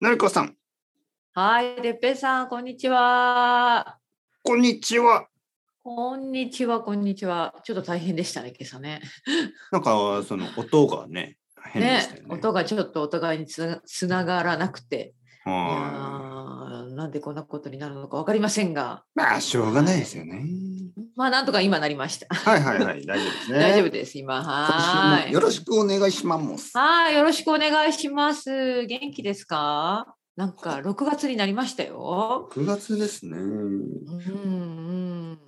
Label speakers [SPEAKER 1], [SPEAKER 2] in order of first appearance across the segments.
[SPEAKER 1] のりこさん、
[SPEAKER 2] はい、てっぺいさん、こんにちは。
[SPEAKER 1] こんにちは。
[SPEAKER 2] こんにちは、こんにちは。ちょっと大変でしたね、今朝ね。
[SPEAKER 1] なんか、その音がね、変で
[SPEAKER 2] ね
[SPEAKER 1] したよね。
[SPEAKER 2] 音がちょっとお互いにつなつながらなくて、いや
[SPEAKER 1] は
[SPEAKER 2] ーなんでこんなことになるのか分かりませんが、
[SPEAKER 1] いまあ、しょうがないですよね。
[SPEAKER 2] まあ、なんとか今なりました。
[SPEAKER 1] はいはいはい、大丈夫ですね。
[SPEAKER 2] 大丈夫です、今。は
[SPEAKER 1] 今週
[SPEAKER 2] ー
[SPEAKER 1] も
[SPEAKER 2] い。
[SPEAKER 1] よろしくお願いします。
[SPEAKER 2] はい、よろしくお願いします。元気ですかなんか6月になりましたよ。
[SPEAKER 1] 9月ですね。
[SPEAKER 2] うんうん。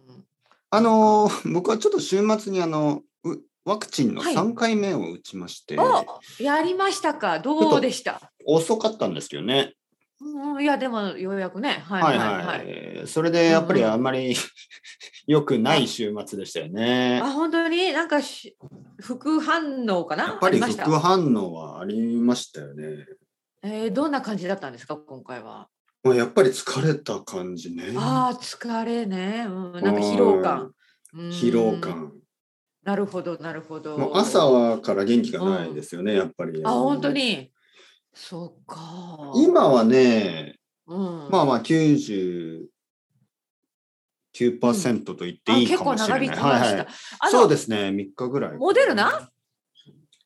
[SPEAKER 1] あのー、僕はちょっと週末にあの、うワクチンの
[SPEAKER 2] はい
[SPEAKER 1] 3回目を打ちまして、
[SPEAKER 2] おやりましたかどうでした
[SPEAKER 1] 遅かったんですけどね。
[SPEAKER 2] うん、いや、でもようやくね。はい
[SPEAKER 1] は
[SPEAKER 2] はいい
[SPEAKER 1] は
[SPEAKER 2] はいい。
[SPEAKER 1] それでやっぱり
[SPEAKER 2] うんうん
[SPEAKER 1] あんまり 良くない週末でしたよね。
[SPEAKER 2] あ、本当になんかし副反応かな
[SPEAKER 1] やっぱり
[SPEAKER 2] あました
[SPEAKER 1] 副反応はありましたよね。
[SPEAKER 2] えーどんな感じだったんですか今回は。
[SPEAKER 1] まあ、やっぱり疲れた感じね。
[SPEAKER 2] ああ、疲れね。うん、なんか疲労感。うん
[SPEAKER 1] 疲労。感。
[SPEAKER 2] なるほど、なるほど。
[SPEAKER 1] もう朝はから元気がないですよね、やっぱり。
[SPEAKER 2] あ、本当に。そうか。
[SPEAKER 1] 今はね、
[SPEAKER 2] うん、
[SPEAKER 1] まあまあ99%と言っていいかもしれない。
[SPEAKER 2] あ結構長引きました
[SPEAKER 1] はいはい、
[SPEAKER 2] あの
[SPEAKER 1] そうですね、3日ぐらい。
[SPEAKER 2] モデルナ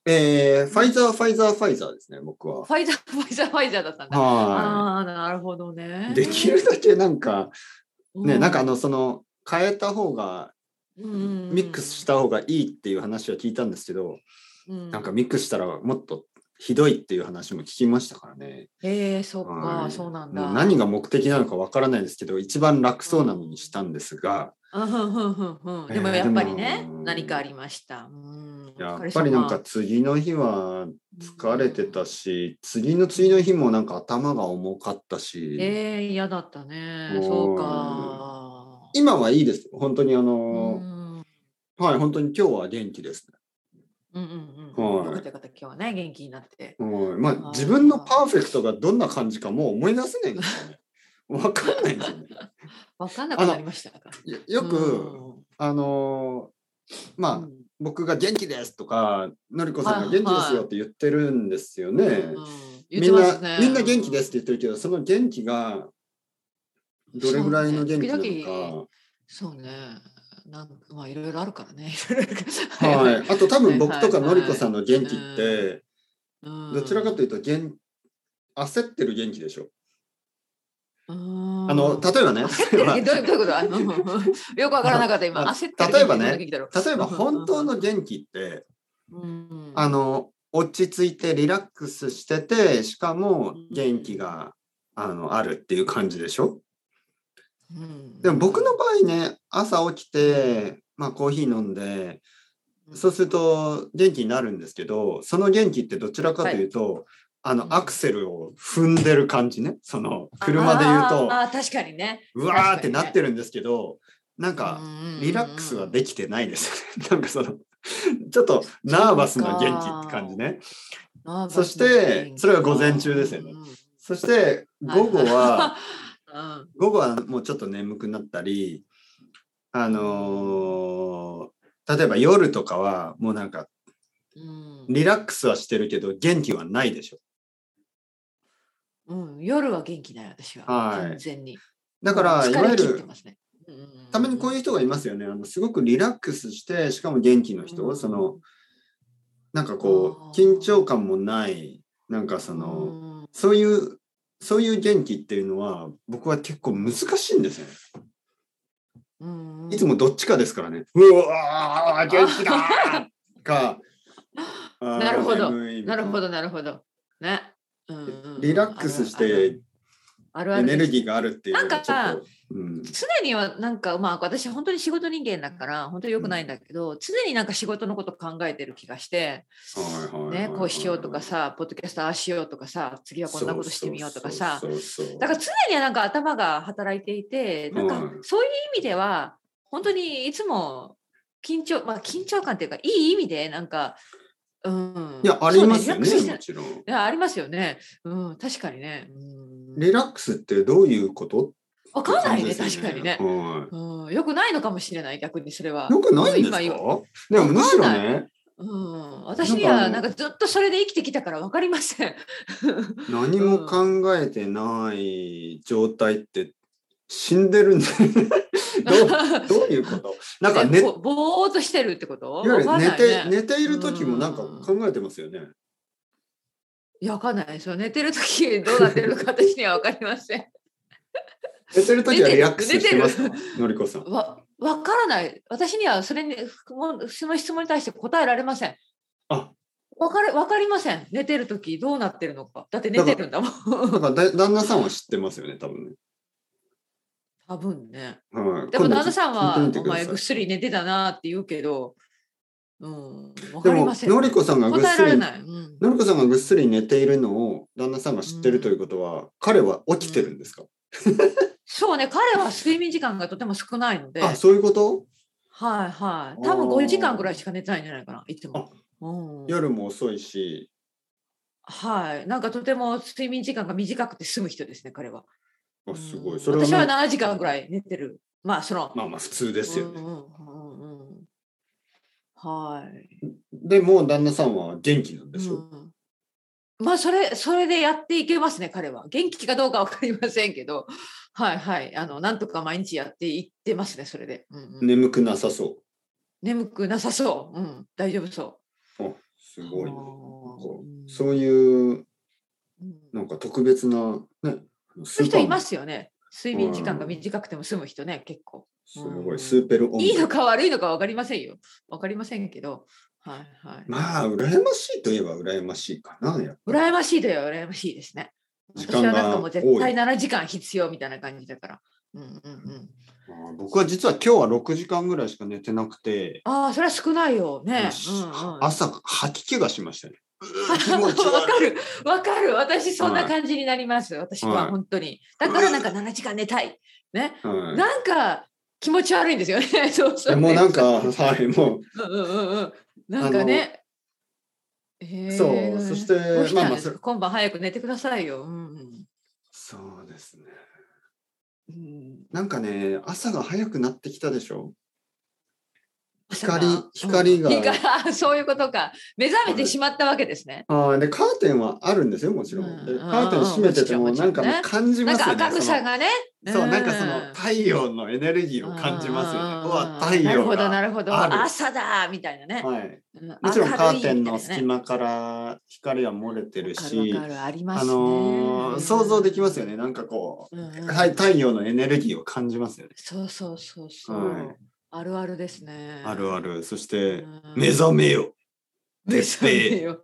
[SPEAKER 1] えー、ファイザー、ファイザー、ファイザーですね、僕は
[SPEAKER 2] フ。ァイザー、 ファイザー、ファイザーだったんだ。
[SPEAKER 1] は
[SPEAKER 2] ああ、なるほどね。
[SPEAKER 1] い。できるだけなんか、
[SPEAKER 2] う、
[SPEAKER 1] ね、なんかあの、その、変えた方が、ミ
[SPEAKER 2] ミ
[SPEAKER 1] ックスした方がいいっていう話は聞いたんですけど、
[SPEAKER 2] な
[SPEAKER 1] なんかミックスしたらもっとひどいっていう話も聞きましたからね。
[SPEAKER 2] えー、そっか、
[SPEAKER 1] はい
[SPEAKER 2] そうなん
[SPEAKER 1] も
[SPEAKER 2] だ。
[SPEAKER 1] う何が目的なのかわからないですけど、一番楽そうなのにしたんですが、
[SPEAKER 2] うんうんうんうんうんでも
[SPEAKER 1] えー
[SPEAKER 2] やっぱりね、
[SPEAKER 1] でも
[SPEAKER 2] 何かありました。うん
[SPEAKER 1] やっぱりなんか次の日は疲れてた。し、次の次の日もなんか頭が重かった
[SPEAKER 2] お疲れ様
[SPEAKER 1] し、
[SPEAKER 2] えー、嫌だったね
[SPEAKER 1] う。ん
[SPEAKER 2] そうか。
[SPEAKER 1] 今はいいです。本当にあ
[SPEAKER 2] うんう
[SPEAKER 1] の、
[SPEAKER 2] ん
[SPEAKER 1] はい、本当に今日は元気です
[SPEAKER 2] うん
[SPEAKER 1] は
[SPEAKER 2] う
[SPEAKER 1] い
[SPEAKER 2] ん。よかったよかった、今日はね、元気になって。
[SPEAKER 1] ね。はい、まあ
[SPEAKER 2] あー
[SPEAKER 1] 自分のパーフェクトがどんな感じかもう思い出せないんですよね。わかんないんですよね。
[SPEAKER 2] わかんなくなりましたから。
[SPEAKER 1] よよく、あのーまあ、
[SPEAKER 2] うん、
[SPEAKER 1] 僕が元気ですとか、のりこさんが
[SPEAKER 2] はい
[SPEAKER 1] 元気ですよって言ってるんですよね。
[SPEAKER 2] 言
[SPEAKER 1] み
[SPEAKER 2] って
[SPEAKER 1] ん
[SPEAKER 2] ます
[SPEAKER 1] な
[SPEAKER 2] ね、
[SPEAKER 1] みんな元気ですって言ってるけど、その元気がどれぐらいの元気な
[SPEAKER 2] そうね時々
[SPEAKER 1] の
[SPEAKER 2] そうね。なんかまあいろいろあるからね。 いろいろあ
[SPEAKER 1] か。
[SPEAKER 2] る
[SPEAKER 1] はい、あと多分僕とか
[SPEAKER 2] はいは
[SPEAKER 1] の
[SPEAKER 2] い
[SPEAKER 1] りこさんの元気って、
[SPEAKER 2] うん
[SPEAKER 1] どちらかというと元焦ってる元気でしょ。
[SPEAKER 2] うん
[SPEAKER 1] あの例えばね、例えば
[SPEAKER 2] えどういうどういうことあの よくわからなかった今
[SPEAKER 1] あ
[SPEAKER 2] 焦ってる
[SPEAKER 1] 例えばね
[SPEAKER 2] 元気だろ
[SPEAKER 1] 例えば本当の元気って、
[SPEAKER 2] うん
[SPEAKER 1] あの落ち着いてリラックスしてて、しかも元気があのあるっていう感じでしょ。
[SPEAKER 2] うん
[SPEAKER 1] でも僕の場合ね朝起きて、まあ、コーヒー飲んでそうすると元気になるんですけどその元気ってどちらかというと、あ
[SPEAKER 2] う
[SPEAKER 1] の
[SPEAKER 2] ん
[SPEAKER 1] アクセルを踏んでる感じねその車で言うと
[SPEAKER 2] あーあー確かにね
[SPEAKER 1] うわーってなってるんですけどなんかリラックスはで
[SPEAKER 2] き
[SPEAKER 1] きてないですよね なんかそのちょっとナーバスな元気って感じねそしてそれが午前中ですよねそして午後は
[SPEAKER 2] うん
[SPEAKER 1] 午後はもうちょっと眠くなったりあのー例えば夜とかはもうなんか
[SPEAKER 2] うん
[SPEAKER 1] リラックスはしてるけど元気はないでしょ
[SPEAKER 2] うん夜は元気ない私は
[SPEAKER 1] はい
[SPEAKER 2] 完全に
[SPEAKER 1] だからいわゆるたまにこう
[SPEAKER 2] い
[SPEAKER 1] いう人がいますよねあのすごくリラックスしてしかも元気の
[SPEAKER 2] う
[SPEAKER 1] 人、
[SPEAKER 2] うん
[SPEAKER 1] そのなんかこ
[SPEAKER 2] あ
[SPEAKER 1] う
[SPEAKER 2] ー
[SPEAKER 1] 緊張感もないなんかその、
[SPEAKER 2] うん
[SPEAKER 1] そういうそういう元気っていうのは僕は結構難しいんですよね。
[SPEAKER 2] うんうん
[SPEAKER 1] いつもどっちかですからね。うわー元気だー か。あー
[SPEAKER 2] なるほど
[SPEAKER 1] 眠いみた
[SPEAKER 2] ないるほどなるほどねうんうんうん
[SPEAKER 1] リラックスして
[SPEAKER 2] あるあ
[SPEAKER 1] エ
[SPEAKER 2] る
[SPEAKER 1] ネルギーがあるっていうのがちょ
[SPEAKER 2] な
[SPEAKER 1] っ
[SPEAKER 2] ん
[SPEAKER 1] と。うん
[SPEAKER 2] 常にはなんかまあ私本当に仕事人間だから本当に良くないんだけど、常になんか仕事のこと考えてる気がして、
[SPEAKER 1] はいはいはいはい
[SPEAKER 2] ねこうしようとかさポッドキャストああしようとかさ次はこんなことしてみようとかさ
[SPEAKER 1] そうそうそう
[SPEAKER 2] だから常にはなんか頭が働いていてなんか
[SPEAKER 1] うん
[SPEAKER 2] そういう意味では本当にいつも緊張まあ緊張感っていうかいい意味でなんかうん
[SPEAKER 1] いや、ありますよ
[SPEAKER 2] そうリラックスし
[SPEAKER 1] ね、
[SPEAKER 2] て
[SPEAKER 1] もちろん。
[SPEAKER 2] いやありますよね。うん、確かにね。うん
[SPEAKER 1] リラックスってどういうこと
[SPEAKER 2] わかんないね、確かにね。
[SPEAKER 1] は。。
[SPEAKER 2] うん、よくないのかもしれない、逆にそれはい
[SPEAKER 1] よくないんですか
[SPEAKER 2] 今
[SPEAKER 1] で
[SPEAKER 2] 言
[SPEAKER 1] もむしろ
[SPEAKER 2] わかん
[SPEAKER 1] ね、
[SPEAKER 2] うん、私にはなんかずっとそれで生きてきたから分かりません
[SPEAKER 1] 何も考えてない状態って死んでるんだよ ねどういうことなんか
[SPEAKER 2] ね、ぼーっとしてるってこと
[SPEAKER 1] いわゆる寝て、ね、寝ている時もなんか考えてますよね。うん
[SPEAKER 2] いや、わかんないですよ。寝てる時どうなってるか私にはわかりません。
[SPEAKER 1] 寝てる時はリラックスしてますかのりこさん。
[SPEAKER 2] わ、わからない。私にはそれに、その質問に対して答えられません。
[SPEAKER 1] あ
[SPEAKER 2] わかる、わかりません。寝てる時どうなってるのか。だって寝てるんだもん。
[SPEAKER 1] だからだ旦那さんは知ってますよね、多分ね。
[SPEAKER 2] 多分ね。
[SPEAKER 1] はい、
[SPEAKER 2] でも旦那さんは、お前ぐっすり寝てたなって言うけど、うん、でも、
[SPEAKER 1] のりこさんがぐっすり、うん、
[SPEAKER 2] の
[SPEAKER 1] りこさんがぐっすり寝ているのを旦那さんが知ってるということは、うん、彼は起きてるんですか、
[SPEAKER 2] うん、そうね、彼は睡眠時間がとても少ないので。
[SPEAKER 1] あ、そういうこと
[SPEAKER 2] はいはい。多分5時間ぐらいしか寝てないんじゃないかな、いつも。
[SPEAKER 1] 夜も遅いし。
[SPEAKER 2] はい。なんかとても睡眠時間が短くて済む人ですね、彼は。
[SPEAKER 1] あ、すごい。
[SPEAKER 2] それは私は7時間ぐらい寝てる。まあ、その。
[SPEAKER 1] まあまあ、普通ですよね。
[SPEAKER 2] はい。
[SPEAKER 1] でも旦那さんは元気なんでしょ、
[SPEAKER 2] うん、まあそれそれでやっていけますね彼は元気かどうか分かりませんけど はいはいあのなんとか毎日やっていってますねそれで、うん
[SPEAKER 1] うん、眠くなさそう
[SPEAKER 2] 眠くなさそう、うん、大丈夫そう
[SPEAKER 1] あすごいそういうなんか特別なね
[SPEAKER 2] そういう人いますよね睡眠時間が短くても済む人ね結構
[SPEAKER 1] すごい、スーペル
[SPEAKER 2] いいのか悪いのか分かりませんよ。分かりませんけど。はいはい、
[SPEAKER 1] まあ、羨ましいといえば羨ましいかな。
[SPEAKER 2] 羨ましいといえば羨ましいですね。時間が私はなんかもう絶対7時間必要みたいな感じだから。うんうんうん
[SPEAKER 1] まあ、僕は実は今日は6時間ぐらいしか寝てなくて。
[SPEAKER 2] ああ、それは少ないよね。
[SPEAKER 1] うんうん、朝、吐き気がしま したね。
[SPEAKER 2] わかる、わかる。私、そんな感じになります。はい、私は本当に。だから、なんか7時間寝たい。ね。はい、なんか、気持ち悪いんですよね。 そうそう、ね、
[SPEAKER 1] もうなんか、はい、もう。
[SPEAKER 2] うんうんうん。なんかね。
[SPEAKER 1] そう、そして、
[SPEAKER 2] まあまあ、今晩早く寝てくださいよ。うん、
[SPEAKER 1] そうですね。うん、なんかね、朝が早くなってきたでしょ光、光が。
[SPEAKER 2] うん、 そういうことか。目覚めてしまったわけですね。
[SPEAKER 1] あで、カーテンはあるんですよ、もちろん。でカーテン閉めてても、なんか感じますよね。
[SPEAKER 2] なんか明るさがね。
[SPEAKER 1] そう、なんかその太陽のエネルギーを感じますよね。うわ、太陽
[SPEAKER 2] がなるほど、なるほど。朝だみたいなね。
[SPEAKER 1] はい。もちろんカーテンの隙間から光は漏れてるし、
[SPEAKER 2] あります
[SPEAKER 1] の想像できますよね。なんかこう、はい、太陽のエネルギーを感じますよね。
[SPEAKER 2] そうそうそうそう。はいあるあるですね。
[SPEAKER 1] あるある。そして、目覚めよ。でして、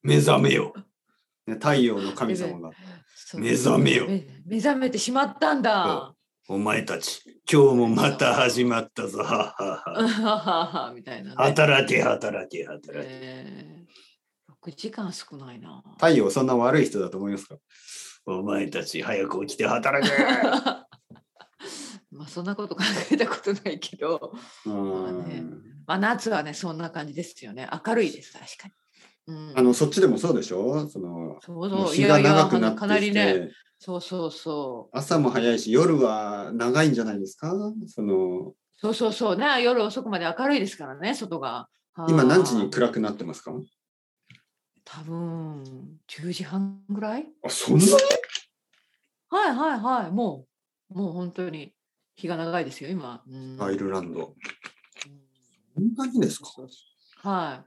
[SPEAKER 1] 目覚めよ。太陽の神様が、目覚めよ。
[SPEAKER 2] 目覚めてしまったんだ。
[SPEAKER 1] お前たち、今日もまた始まったぞ。
[SPEAKER 2] みたいな、ね。
[SPEAKER 1] 働け、働け、働け。
[SPEAKER 2] えー、6時間少ないな。
[SPEAKER 1] 太陽、そんな悪い人だと思いますかお前たち、早く起きて 働け。
[SPEAKER 2] まあそんなこと考えたことないけど、まあね、まあ夏はねそんな感じですよね。明るいです確か
[SPEAKER 1] に。うん、あのそっちでもそうでしょ。その
[SPEAKER 2] そうそう
[SPEAKER 1] 日が長くなって。
[SPEAKER 2] かなりね。そうそうそう
[SPEAKER 1] 朝も早いし夜は長いんじゃないですか。その
[SPEAKER 2] そうそうそうね夜遅くまで明るいですからね外が。
[SPEAKER 1] 今何時に暗くなってますか。
[SPEAKER 2] 多分10時半ぐらい。
[SPEAKER 1] あそんなに。
[SPEAKER 2] はいはいはいもうもう本当に。日が長いですよ、今。
[SPEAKER 1] アイルランド。そんなにですか。
[SPEAKER 2] は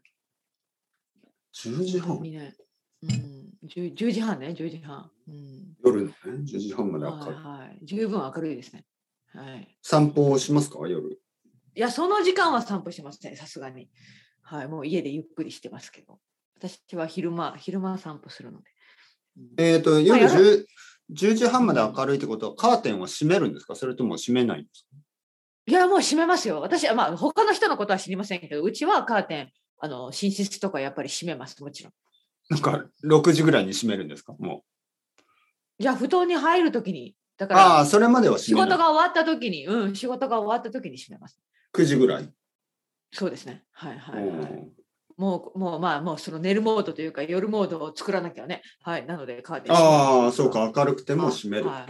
[SPEAKER 2] い
[SPEAKER 1] 10時半、
[SPEAKER 2] ねうん、10, 10, 時半ね、10時半。うん、
[SPEAKER 1] 夜のね、10時半まで明るい。
[SPEAKER 2] はい、十分明るいですね。はい、
[SPEAKER 1] 散歩をしますか、夜。
[SPEAKER 2] いや、その時間は散歩しますね、さすがに。はい、もう家でゆっくりしてますけど。私は昼間、昼間散歩するので。
[SPEAKER 1] えっ、と、夜10、10時半まで明るいってことは、カーテンは閉めるんですかそれとも閉めないんですか
[SPEAKER 2] いや、もう閉めますよ。私は、まあ、他の人のことは知りませんけど、うちはカーテン、あの、寝室とかやっぱり閉めます、もちろん。
[SPEAKER 1] なんか、6時ぐらいに閉めるんですかも、
[SPEAKER 2] う。じゃあ、布団に入るときに、だから
[SPEAKER 1] あそれまでは
[SPEAKER 2] 仕事が終わったときに、うん、仕事が終わったときに閉めます。
[SPEAKER 1] 9時ぐらい
[SPEAKER 2] そうですね。はいはい、はい。もう、もう、まあ、もう、その寝るモードというか、夜モードを作らなきゃね。はい、なので、カーテン。
[SPEAKER 1] ああ、そうか、明るくても閉める、ね、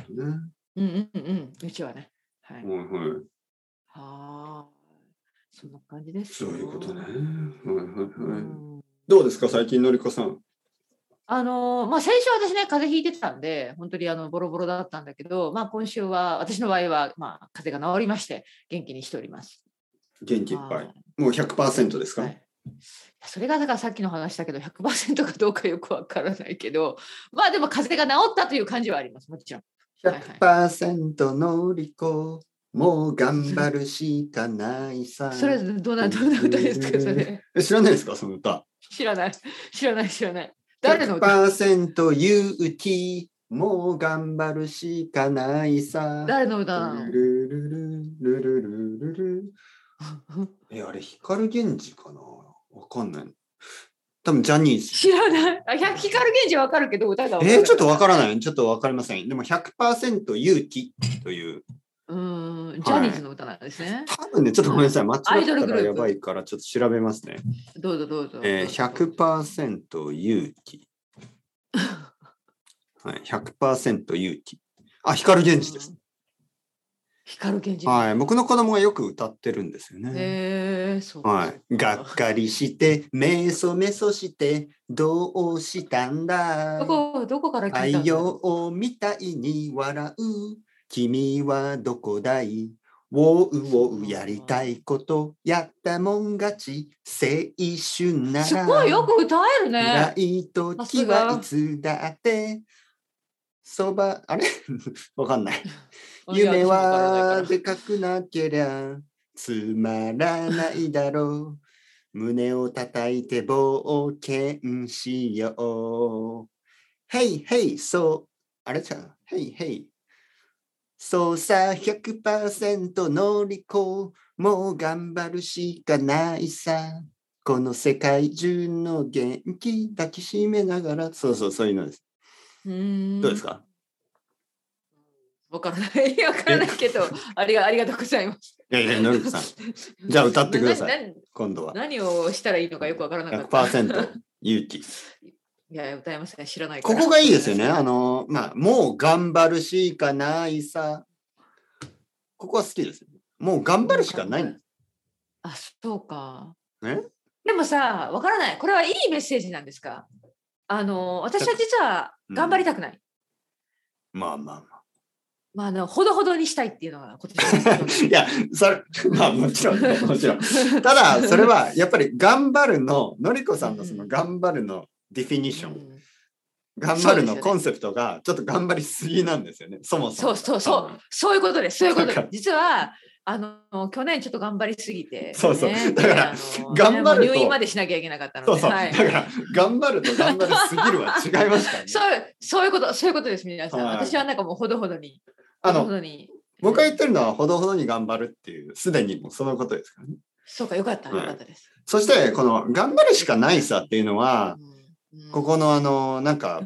[SPEAKER 2] うん、うん、うん、うちはね。はい。
[SPEAKER 1] はい、はい。
[SPEAKER 2] はあ。そんな感じで
[SPEAKER 1] そ
[SPEAKER 2] す
[SPEAKER 1] ういうことね。はいはいはい。どうですか最近のりこさん。
[SPEAKER 2] あのまあ、先週私ね、風邪ひいてたんで、本当にあのボロボロだったんだけど、まあ、今週は、私の場合は、まあ、風邪が治りまして、元気にしております。
[SPEAKER 1] 元気いっぱい。もう100%ですか、はい、
[SPEAKER 2] それがだからさっきの話だけど、100%かどうかよくわからないけど、まあでも風邪が治ったという感じはあります、もちろん。
[SPEAKER 1] 100%のりこ、もう頑張るしかないさ。
[SPEAKER 2] それどんな、どんな歌ですか、それ。
[SPEAKER 1] え知らないですか、その歌。
[SPEAKER 2] 知らない、知らない、知らない。
[SPEAKER 1] 誰の100%勇気もう頑張るしかないさ
[SPEAKER 2] 誰の歌な
[SPEAKER 1] ル
[SPEAKER 2] の
[SPEAKER 1] ルルルルルルルえあれ光源氏かなわかんない多分ジャニーズ
[SPEAKER 2] 知らないあ光源氏わかるけど歌が
[SPEAKER 1] えー、ちょっとわからないちょっとわかりませんでも100%勇気という
[SPEAKER 2] うんジャニーズの歌なんですね、
[SPEAKER 1] はい。多分ね、ちょっとごめんなさい、間違ったらやばいから、ちょっと調べますね。
[SPEAKER 2] どうぞどうぞ。
[SPEAKER 1] えー、100%勇気。はい、100%勇気。あ、光源氏です。
[SPEAKER 2] 光源氏。
[SPEAKER 1] はい、僕の子供がよく歌ってるんですよね。
[SPEAKER 2] へえ、そう。
[SPEAKER 1] はい、がっかりして、めそめそして、どうしたんだ。
[SPEAKER 2] どこ、どこから
[SPEAKER 1] 太陽みたいに笑う。君はどこだいウォウウォウやりたいことやったもん勝ち青春ならす
[SPEAKER 2] ごいよく歌えるね
[SPEAKER 1] 暗い時はいつだってそばあれ わかんない夢はでかくなけりゃつまらないだ ろう胸を叩いて冒険しよう Hey hey そうあれじゃん Hey hey そうさ100%のりこもう頑張るしかないさこの世界中の元気抱きしめながらそうそうそういうのですどうですか
[SPEAKER 2] わからない わからないけどありがありがとうございます
[SPEAKER 1] いやいやのりこさんじゃあ歌ってください今度は
[SPEAKER 2] 何をしたらいいのかよくわからなかった
[SPEAKER 1] 100%勇気
[SPEAKER 2] いや、歌えますが知らない
[SPEAKER 1] ここがいいですよね。あの、まあ、もう頑張るしかないさ。ここは好きです、ね。もう頑張るしかない
[SPEAKER 2] あ、そうか。
[SPEAKER 1] ね
[SPEAKER 2] でもさ、わからない。これはいいメッセージなんですかあの、私は実は頑張りたくない。
[SPEAKER 1] うん、まあまあまあ。
[SPEAKER 2] まあ、あの、ほどほどにしたいっていうのが今
[SPEAKER 1] 年 いや、それ、まあもちろん、ね、もちろん。 ただ、それはやっぱり頑張るの、のりこさんのその頑張るの、うんディフィニション、うん。頑張るのコンセプトがちょっと頑張りすぎなんですよね、そもそ
[SPEAKER 2] も。そうそうそう、そういうことです、そういうことです。実は、あの去年ちょっと頑張りすぎて、ね、
[SPEAKER 1] そうそうだから頑張る
[SPEAKER 2] と入院までしなきゃいけなかったの
[SPEAKER 1] でそうそう、はい、だから頑張ると頑張りすぎるは違いますからね
[SPEAKER 2] そうそういうことそういうことです皆さん、はい、私はなんかもうほどほどに
[SPEAKER 1] あの僕が言ってるのはほどほどに頑張るっていうすでにもうそのことですからね
[SPEAKER 2] そうかよかった、よかったです、
[SPEAKER 1] はい、そしてこの頑張るしかないさっていうのは、うんここのあのなんか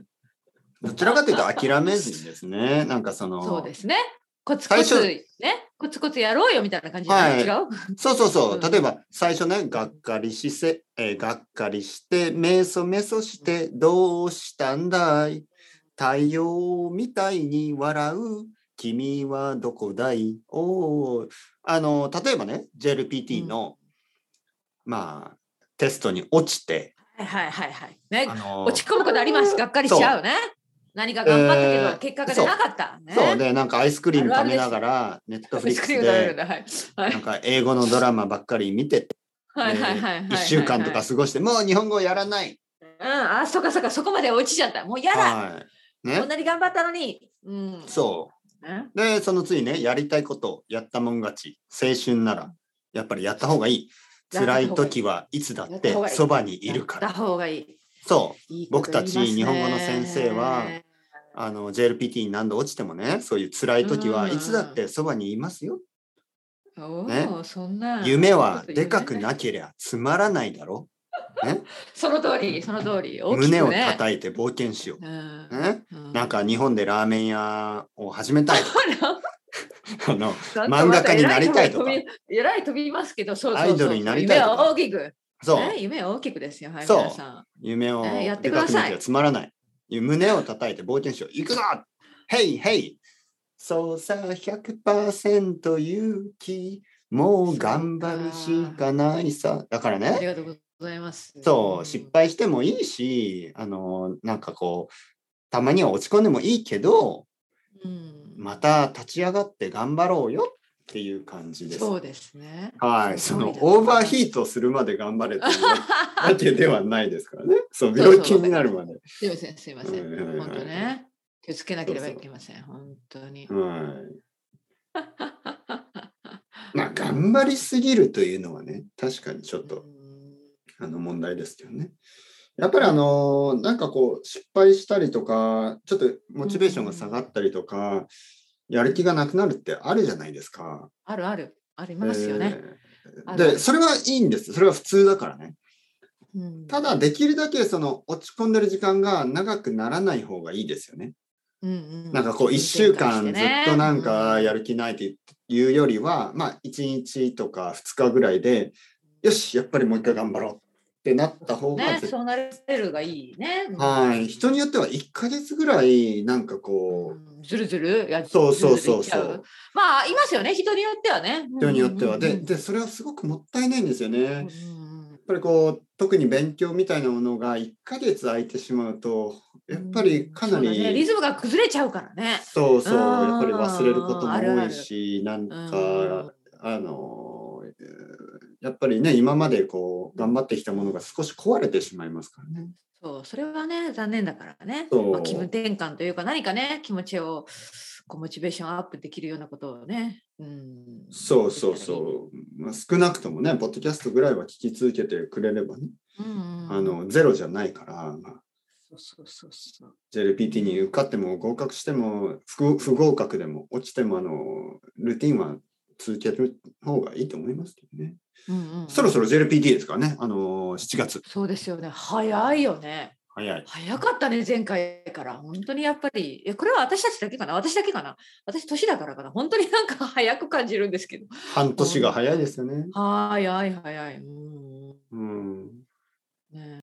[SPEAKER 1] どちらかというと諦めずにですねなんかその
[SPEAKER 2] そうですねコツコツねコツコツやろうよみたいな感じで、はい、違う
[SPEAKER 1] そうそうそう、うん、例えば最初ねがっかりしせ、えー、がっかりしてめそめそしてどうしたんだい太陽みたいに笑う君はどこだいおあの例えばね JLPT の、うん、まあテストに落ちて、
[SPEAKER 2] はいはいはい。ね、あのー、落ち込むことあります。がっかりしちゃうね。何か頑張ったけど、えー、結果が出なかった、ね、
[SPEAKER 1] そうで、なんかアイスクリーム食べながら、ネットフリックスで、なんか英語のドラマばっかり見てて、1週間とか過ごして、もう日本語やらない。
[SPEAKER 2] うん、あ、そっかそっか、そこまで落ちちゃった。もうやだ、はいね、こんなに頑張ったのに。うん、
[SPEAKER 1] そう。ね、で、その次ね、やりたいことをやったもん勝ち。青春なら、やっぱりやった方がいい。辛い時はいつだってそばにいるから。そう僕たち日本語の先生はあの JLPT に何度落ちてもねそういう辛い時はいつだってそばにいますよ。
[SPEAKER 2] ね、
[SPEAKER 1] 夢はでかくなけりゃつまらないだろ。
[SPEAKER 2] ね、その通りその通り、
[SPEAKER 1] 胸を叩いて冒険しよう、ねなんか日本でラーメン屋を始め たい。あの漫画家になりたいとか。
[SPEAKER 2] えらい飛びますけど、そうそう
[SPEAKER 1] アイドルになりたいと
[SPEAKER 2] か。夢は大きく。
[SPEAKER 1] そう。
[SPEAKER 2] ね、夢は大きくですよ。はい、
[SPEAKER 1] そう。夢を、ね、やってください。つまらない。胸を叩いて冒険しよう。行くぞ !Hey, hey! そうさ100%勇気もう頑張るしかないさ。だから
[SPEAKER 2] あ
[SPEAKER 1] ね、
[SPEAKER 2] りがとうございます。
[SPEAKER 1] そう、失敗してもいいし、あの、なんかこう、たまには落ち込んでもいいけど、
[SPEAKER 2] うん。
[SPEAKER 1] また立ち上がって頑張ろうよっていう感じです。
[SPEAKER 2] そうですね。
[SPEAKER 1] はい、
[SPEAKER 2] す
[SPEAKER 1] そ
[SPEAKER 2] ごい
[SPEAKER 1] の
[SPEAKER 2] な
[SPEAKER 1] オーバーヒートするまで頑張れって いうわけではないですからね。そう、病気になるまで。
[SPEAKER 2] すいません、すいませ
[SPEAKER 1] はいはいはい
[SPEAKER 2] ん。本当ね。気をつけなければいけません。本当に。
[SPEAKER 1] はい。まあ、頑張りすぎるというのはね、確かにちょっと
[SPEAKER 2] うん
[SPEAKER 1] あの問題ですけどね。やっぱりあのなんかこう失敗したりとかちょっとモチベーションが下がったりとか、やる気がなくなるってあるじゃないですか。
[SPEAKER 2] あるある。ありますよね。
[SPEAKER 1] えー
[SPEAKER 2] あるあ
[SPEAKER 1] で
[SPEAKER 2] る
[SPEAKER 1] それはいいんですそれは普通だからね。
[SPEAKER 2] うん
[SPEAKER 1] ただできるだけその落ち込んでる時間が長くならない方がいいですよね。な
[SPEAKER 2] な
[SPEAKER 1] んかこう1週間ずっとなんかや
[SPEAKER 2] る。
[SPEAKER 1] る気ないっていうよりは、まあ1日とか2日ぐらいでよしやっぱりもう一回頑張ろうってなった方が
[SPEAKER 2] ね、
[SPEAKER 1] 絶
[SPEAKER 2] そうなれるがいいね。
[SPEAKER 1] はい、人によっては1ヶ月ぐらいなんかこ
[SPEAKER 2] うんずるずるや
[SPEAKER 1] う、そうそうそう
[SPEAKER 2] ずるず
[SPEAKER 1] そ
[SPEAKER 2] るいっちゃ
[SPEAKER 1] う
[SPEAKER 2] まあいますよね。人によってはね。
[SPEAKER 1] 人によってはで
[SPEAKER 2] うん
[SPEAKER 1] でそれはすごくもったいないんですよね。やっ
[SPEAKER 2] うん
[SPEAKER 1] ぱりこう特に勉強みたいなものが1ヶ月空いてしまうとやっぱりかなり、
[SPEAKER 2] そうだねリズムが崩れちゃうからね。
[SPEAKER 1] そうそう
[SPEAKER 2] うん
[SPEAKER 1] やっぱり忘れることも
[SPEAKER 2] あるあ
[SPEAKER 1] 多
[SPEAKER 2] る
[SPEAKER 1] いしなん
[SPEAKER 2] うん
[SPEAKER 1] かあのえーやっぱりね今までこう頑張ってきたものが少し壊れてしまいますからね。
[SPEAKER 2] そうそれはね残念だからね、
[SPEAKER 1] そう
[SPEAKER 2] まあ、気分転換というか何かね気持ちをこうモチベーションアップできるようなことをね、うん、
[SPEAKER 1] そうそうそう、まあ、少なくともねポッドキャストぐらいは聞き続けてくれればね、
[SPEAKER 2] う、うんうん、
[SPEAKER 1] あのゼロじゃないから、まあ、
[SPEAKER 2] そうそうそうそう
[SPEAKER 1] JLPT に受かっても合格しても不不合格でも落ちてもあのルーティンは続ける方がいいと思いますけどね。
[SPEAKER 2] うんうんうん
[SPEAKER 1] そろそろ JLPT ですからねあの7月
[SPEAKER 2] そうですよね早いよね。
[SPEAKER 1] 早い。
[SPEAKER 2] 早かったね前回から本当にやっぱりいやこれは私たちだけかな私だけかな私年だからかな本当になんか早く感じるんですけど
[SPEAKER 1] 半年が早いですよね。
[SPEAKER 2] はーいはいはいはいうん
[SPEAKER 1] うん
[SPEAKER 2] ね